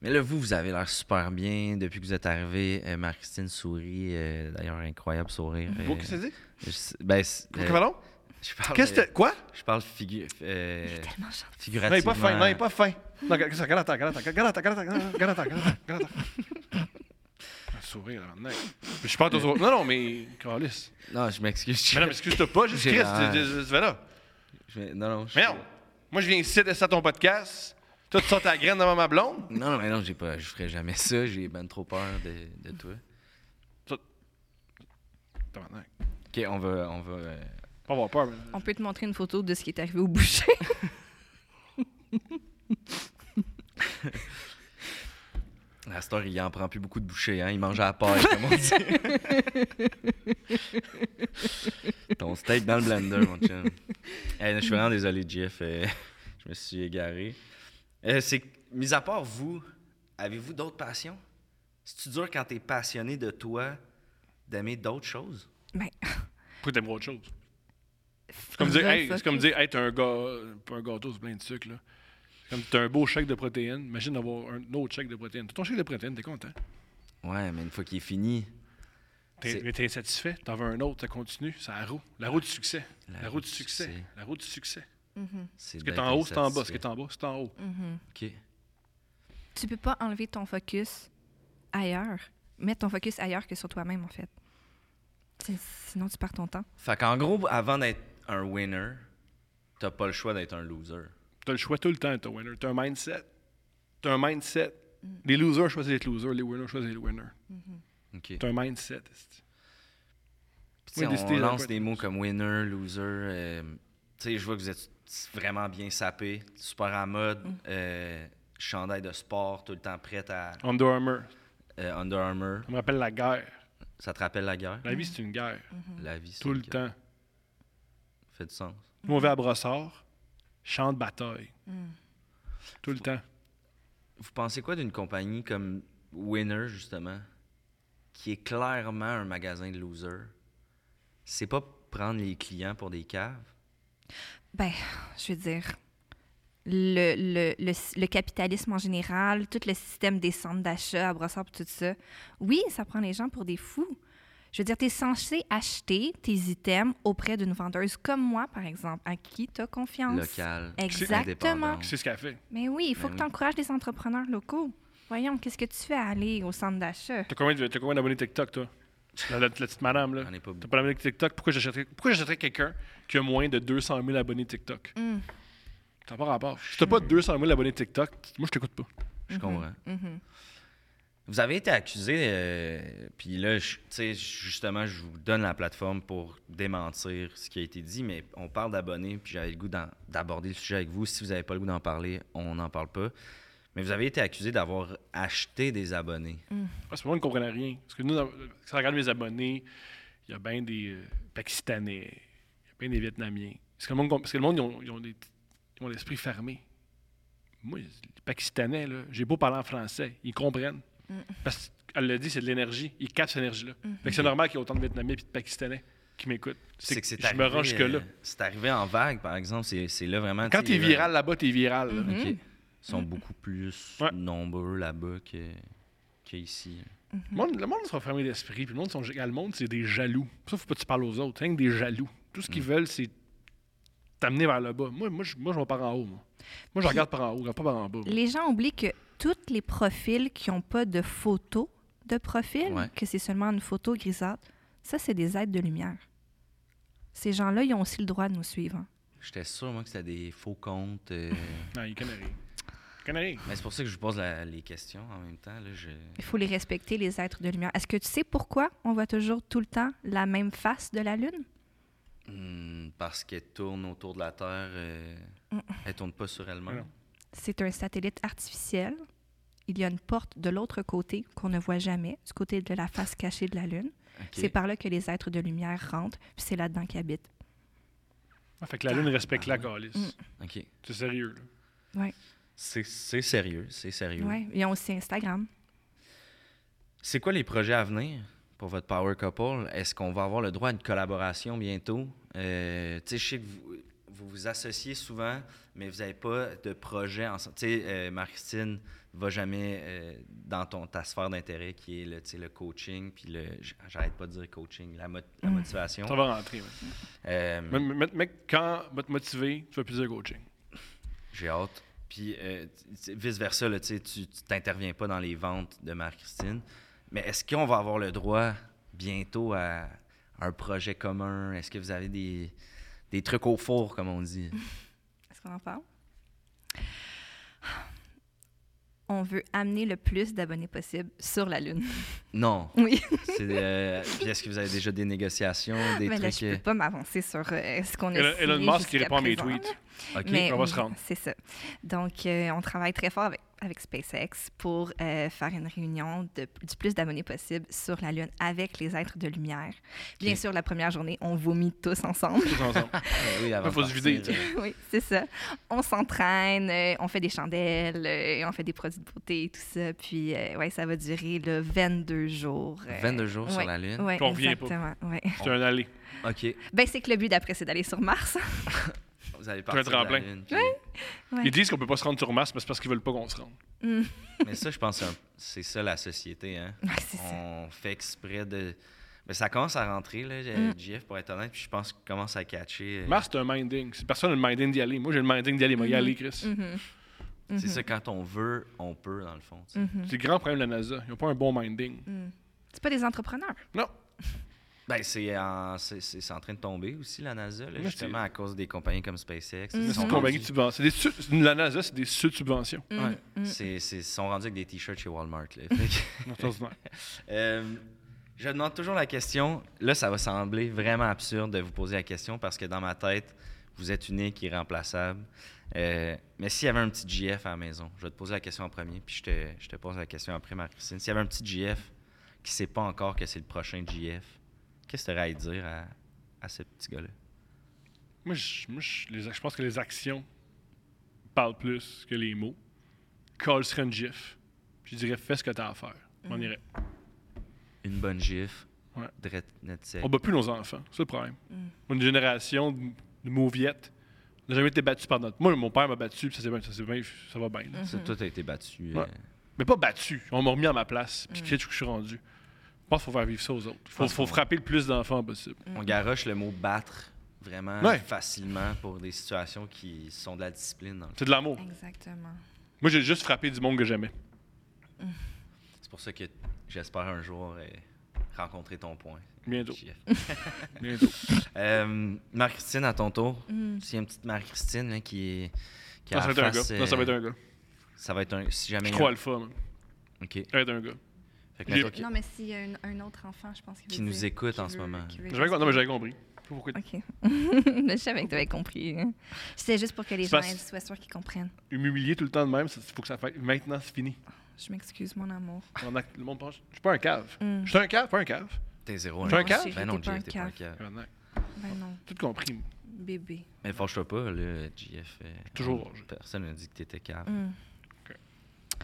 Mais là, vous, vous avez l'air super bien depuis que vous êtes arrivé. Euh, Marie-Christine sourit, euh, d'ailleurs, incroyable sourire.
Vous,
Euh,
qu'est-ce que tu dis?
je sais- ben, c'est- euh,
Pardon?
je parle,
Qu'est-ce que
euh,
t'as- Quoi?
je parle figu- euh,
Tellement
Non, il
gentil.
est
figurativement.
pas fin. Non, il est pas fin. Non, regarde ça, regarde attends, regarde attends, regarde attends, regarde attends, regarde attends, regarde attends, regarde attends. Un sourire, là, maintenant. Je parle toujours. Non, non, mais. Carlis.
Non, je m'excuse.
Mais non, mais excuse-toi pas, juste
J'ai
Chris,
l'air.
tu- tu tu fais là.
Je vais- non, non, je-
Merde. Moi, je viens ici, de ça ton podcast. Toi, tu sors ta graine devant ma blonde.
Non, non, mais non, j'ai pas, je ferais jamais ça. J'ai ben trop peur de, de toi.
Tabarnak.
OK, on va... On va euh,
Pas avoir peur, mais.
On peut te montrer une photo de ce qui est arrivé au boucher.
À cette heure, il en prend plus beaucoup de bouchées, hein? Il mange à la paille, comme on dit. Ton steak dans le blender, mon chum. Hey, je suis vraiment désolé, Jeff. euh, je me suis égaré. Euh, c'est, mis à part vous, avez-vous d'autres passions? C'est-tu dur quand t'es passionné de toi d'aimer d'autres choses?
Ben,
Pourquoi t'aimes autre chose? C'est comme dire, hey, c'est comme dire, hey, t'es un gars. Pas un gâteau, c'est plein de sucre, là. C'est Comme t'as un beau chèque de protéines. Imagine d'avoir un autre chèque de protéines. T'as ton chèque de protéines, t'es content.
Ouais, mais une fois qu'il est fini,
T'es-
C'est-
Mais t'es insatisfait, t'en veux un autre, ça continue, c'est la roue. La roue du succès. La, roue du succès. Ben, La roue du succès.
c'est
Ce qui est
d'être
en haut, c'est en bas. Ce
insatisfait.
qui est en bas, c'est en haut.
OK.
Tu peux pas enlever ton focus ailleurs. Mettre ton focus ailleurs que sur toi-même, en fait. C'est- Sinon, tu perds ton temps.
Fait qu'en gros, avant d'être un winner, t'as pas le choix d'être un loser.
T'as le choix tout le temps, t'es un winner. T'as un mindset. T'as un mindset. Les losers choisissent d'être losers, les winners choisissent d'être winners.
OK.
T'as un mindset. esti.
Tu sais,
Oui,
on
décider dans
lance
quoi-
des mots comme winner, loser. euh, tu sais, je vois que vous êtes vraiment bien sapé, super à mode,
Mm.
euh, chandail de sport, tout le temps prête à
Under Armour,
euh, Under Armour.
ça me rappelle la guerre.
Ça te rappelle la guerre?
La vie, c'est une guerre.
La vie, c'est
Tout Mm. le Mm.
que-
temps.
fait du sens.
Nous, on va à brossard, champ de bataille. Tout le temps.
Vous pensez quoi d'une compagnie comme Winner, justement, qui est clairement un magasin de losers? C'est pas prendre les clients pour des caves?
Ben, je veux dire, le, le, le, le capitalisme en général, tout le système des centres d'achat à brossard tout ça, oui, ça prend les gens pour des fous. Je veux dire, tu es censé acheter tes items auprès d'une vendeuse comme moi, par exemple, à qui tu as confiance.
Local,
Exactement.
indépendant.
C'est ce qu'elle fait.
Mais oui, il
Ben
faut que
oui.
tu encourages les entrepreneurs locaux. Voyons, qu'est-ce que tu fais à aller au centre d'achat?
T'as combien, de- t'as combien d'abonnés TikTok, toi? La, la- la petite madame, là.
J'en ai pas beaucoup.
T'as pas d'abonnés TikTok? Pourquoi j'achèterais, pourquoi j'achèterais quelqu'un qui a moins de 200 000 abonnés TikTok? T'as pas rapport. Si t'as pas 200 000 abonnés TikTok, moi, je t'écoute pas.
Je comprends. Vous avez été accusé, euh, puis là, je- tu sais, justement, je vous donne la plateforme pour démentir ce qui a été dit, mais on parle d'abonnés, puis j'avais le goût d'en- d'aborder le sujet avec vous. Si vous n'avez pas le goût d'en parler, on n'en parle pas. Mais vous avez été accusé d'avoir acheté des abonnés.
Parce que moi, on ne comprenait rien. Parce que nous, dans- si on regarde mes abonnés, il y a bien des euh, Pakistanais, il y a bien des Vietnamiens. Parce que le monde, comp- parce que le monde, ils ont, ils ont des- ils ont l'esprit fermé. Moi, les Pakistanais, là, j'ai beau parler en français, ils comprennent. Parce qu'elle l'a dit, c'est de l'énergie. Ils captent cette énergie-là. Fait que c'est normal qu'il y ait autant de Vietnamiens et de Pakistanais qui m'écoutent. C'est que je me
arrivé,
rends jusque-là.
euh, C'est arrivé en vague, par exemple. C'est c'est là vraiment.
Quand
tu sais, euh,
t'es viral là-bas, t'es viral. là. Mm-hmm.
OK. Ils sont beaucoup plus
Ouais.
nombreux là-bas que- qu'ici.
Le monde, le monde sont fermés d'esprit, puis le monde, sont, le monde c'est des jaloux. Pour ça, faut pas que tu parles aux autres, rien que des jaloux. Tout ce qu'ils veulent, c'est t'amener vers le bas. Moi, moi, je, moi, je vais par en haut. Moi, moi je regarde par en haut, je regarde pas par en bas. moi.
Les gens oublient que tous les profils qui n'ont pas de photo de profil,
Ouais.
que c'est seulement une photo grisâtre, ça, c'est des aides de lumière. Ces gens-là, ils ont aussi le droit de nous suivre. hein.
J'étais sûr, moi, que c'était des faux comptes. euh,
Non, ils connaissent rien. Ils connaissent rien.
Mais c'est pour ça que je vous pose la- les questions en même temps. Là, je...
Il faut les respecter, les êtres de lumière. Est-ce que tu sais pourquoi on voit toujours tout le temps la même face de la Lune?
Hmm, parce qu'elle tourne autour de la Terre. euh,
Mm.
Elle tourne pas sur
Ouais,
elle-même.
non.
C'est un satellite artificiel. Il y a une porte de l'autre côté qu'on ne voit jamais, du côté de la face cachée de la Lune.
OK.
C'est par là que les êtres de lumière rentrent, puis c'est là-dedans qu'ils habitent.
Ah, Mm. fait que la lune respecte la calice.
OK.
C'est sérieux. Là.
C'est c'est sérieux, c'est sérieux.
Ouais. Ils ont aussi Instagram.
C'est quoi les projets à venir pour votre Power Couple? Est-ce qu'on va avoir le droit à une collaboration bientôt? Euh, tu sais, je sais que vous, vous vous associez souvent, mais vous n'avez pas de projet ensemble. Tu sais, euh, Marc-Christine va jamais euh, dans ton, ta sphère d'intérêt qui est le, tu sais, le coaching, puis le... j- J'arrête pas de dire coaching, la, mo- la motivation.
Ça va rentrer. ouais.
Euh,
Mais- mais- mais- Mec, quand va te motiver, tu vas plus dire coaching.
J'ai hâte. Puis, euh, tu- tu- vice-versa, là, tu sais, tu tu t'interviens pas dans les ventes de Marie-Christine. Mais est-ce qu'on va avoir le droit bientôt à un projet commun? Est-ce que vous avez des, des trucs au four, comme on dit?
Est-ce qu'on en parle? On veut amener le plus d'abonnés possible sur la Lune.
Non.
Oui,
C'est, euh, puis est-ce que vous avez déjà des négociations, des
mais là,
trucs...
je peux
euh,
pas m'avancer sur euh, ce qu'on a
Elon,
signé
Elon Musk, il
jusqu'à
répond à mes
présent, là.
tweets.
euh, OK.
Mais
on va
oui,
se rendre.
C'est ça. Donc, euh, on travaille très fort avec, avec SpaceX pour euh, faire une réunion de, du plus d'abonnés possible sur la Lune avec les êtres de lumière. Bien
Ok.
sûr, la première journée, on vomit tous ensemble.
Tous ensemble.
Ah oui, avant
Faut
de
se
partir,
vider.
euh,
oui, c'est ça. On s'entraîne, euh, on fait des chandelles, euh, on fait des produits de beauté et tout ça. Puis, euh, ouais, ça va durer là, 22 jours. euh,
22 jours sur
ouais,
la Lune.
Ouais,
Puis on revient pas.
exactement. ouais.
C'est un aller.
euh, OK.
Ben, c'est que le but d'après, c'est d'aller sur Mars.
Vous allez partir de la
tremplin.
Lune. puis-
Ouais.
Ils disent qu'on peut pas se rendre sur Mars, mais c'est parce qu'ils veulent pas qu'on se rende.
Mais ça, je pense que c'est un- c'est ça, la société, hein?
Ouais, c'est ça.
on fait exprès de. Mais ça commence à rentrer, là, euh,
Mm.
JF, pour être honnête, puis je pense qu'il commence à catcher. euh,
Mars, c'est un minding. C'est- Personne n'a le minding d'y aller. Moi, j'ai le minding d'y aller. Moi, y aller, Chris.
Mm-hmm.
C'est ça, quand on veut, on peut, dans le fond. tu sais.
C'est le grand problème de la NASA. Ils n'ont pas un bon minding.
C'est pas des entrepreneurs.
Non.
Ben, c'est en, c'est- c'est- c'est en train de tomber aussi, la NASA, là,
Mais
justement, à cause des compagnies comme SpaceX. Ils
Mais
Mm-hmm.
sont
C'est Mhm. une compagnie
rendus-
de
Mhm.
subventions. C'est des sub- c'est une- La NASA, c'est des sub-subventions.
Ouais. C'est- c'est- Ils sont rendus avec des t-shirts chez Walmart. là. Fait que-
Non, c'est ordinaire.
Euh, je demande toujours la question. Là, ça va sembler vraiment absurde de vous poser la question parce que dans ma tête, vous êtes unique, irremplaçable. Euh, mais s'il y avait un petit GF à la maison, je vais te poser la question en premier, puis je te, je te pose la question après, Marie-Christine. S'il y avait un petit GF qui ne sait pas encore que c'est le prochain GF, qu'est-ce que tu aurais à lui dire à, à ce petit gars-là?
Moi, je, moi, je- les- je pense que les actions parlent plus que les mots. Call serait une gif. Je dirais, fais ce que tu as à faire. On
Mhm.
irait.
Une bonne GF,
Ouais.
drette, net sec.
On bat plus nos enfants. C'est le problème.
Mhm.
On est une génération de, de mauviettes. On n'a jamais été battu par notre. Moi, mon père m'a battu, puis ça, s'est bien- ça, s'est bien- ça va bien. là.
Ça, Toi, t'as été battu.
Ouais.
euh,
Mais pas battu. On m'a remis à ma place.
Mhm.
Puis qu'est-ce que je suis rendu? Je pense qu'il faut faire vivre ça aux autres. Il faut,
pense
faut
qu'on-
frapper le plus d'enfants possible.
On garoche le mot battre vraiment
Ouais.
facilement pour des situations qui sont de la discipline. dans le
C'est de l'amour.
Exactement.
Moi, j'ai juste frappé du monde que j'aimais.
C'est pour ça que j'espère un jour euh, rencontrer ton point.
Bientôt.
JF.
Bientôt.
Euh, Marie-Christine, à ton tour. S'il y a une petite Marie-Christine là, qui est. Qui a
Non, ça va
la
être un
face,
gars.
euh,
Non, ça va être un gars.
ça va être un- Si jamais. il
Je
y
suis
a-
trop alpha, man.
OK.
Ça va être un gars.
Fait que, mettons qu'il-
Non, mais s'il y a une- un autre enfant, je pense qu'il
Qui
veut
nous
dire-
écoute en
qui
ce
veut-
moment.
qui veut
J'avais
juste-
com- Non, mais j'avais compris. Pourquoi
OK. je savais que tu avais compris. hein. C'était juste pour que les
C'est
gens
parce-
soient sûrs qu'ils comprennent.
m'humilier tout le temps de même, il faut que ça fasse. Maintenant, c'est fini.
Je m'excuse, mon amour.
On a- Le monde pense. Je suis pas un cave.
Mm.
Je suis un cave, pas un cave.
T'es zéro.
J'ai un
hein.
cave?
Ben non,
T'es pas
JF,
un
t'es pas un cave.
cave.
Maintenant,
Ben non,
Tout compris.
bébé.
Mais fâche-toi pas, là, JF. euh,
Toujours.
Personne n'a dit que t'étais cave.
Mm.
Ok.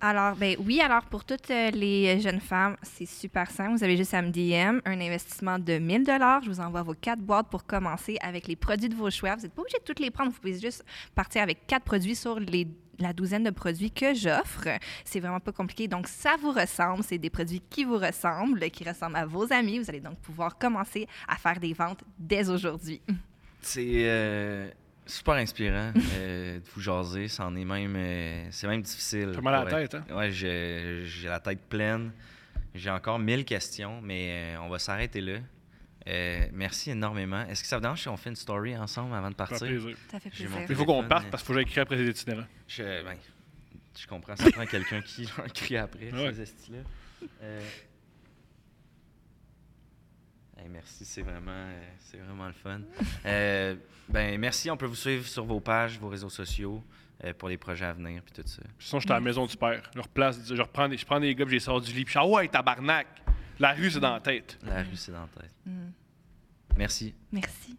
Alors, ben oui, alors pour toutes euh, les jeunes femmes, c'est super simple. Vous avez juste à me DM un investissement de 1000 Je vous envoie vos quatre boîtes pour commencer avec les produits de vos choix. Vous n'êtes pas obligé de toutes les prendre. Vous pouvez juste partir avec quatre produits sur les- la douzaine de produits que j'offre. C'est vraiment pas compliqué. Donc, ça vous ressemble. C'est des produits qui vous ressemblent, qui ressemblent à vos amis. Vous allez donc pouvoir commencer à faire des ventes dès aujourd'hui.
C'est euh, super inspirant euh, de vous jaser. C'en est même, euh, c'est même difficile.
T'as mal à la
pour être-
tête, hein?
Ouais, j'ai j'ai la tête pleine. J'ai encore mille questions, mais euh, on va s'arrêter là. Euh, merci énormément. Est-ce que ça vous dérange si on fait une story ensemble avant de
Faire
partir?
plaisir.
Ça fait
J'ai
plaisir.
mon
Il faut
Téléphone,
qu'on parte
euh,
parce qu'il faut que j'aille écrire après les itinérants.
Je, ben, je comprends, ça prend quelqu'un qui leur crie après,
Ouais.
ces estis-là. Euh, hey, merci, c'est vraiment, euh, c'est vraiment le fun. Euh, ben, merci, on peut vous suivre sur vos pages, vos réseaux sociaux euh, pour les projets à venir puis tout ça.
Sinon, j'étais à la maison du père. Je replace, je reprends des, je prends des gars, puis je les sors du lit, puis je suis ah ouais, tabarnak! La rue, c'est dans la tête.
La rue, c'est dans la tête. Merci.
Merci.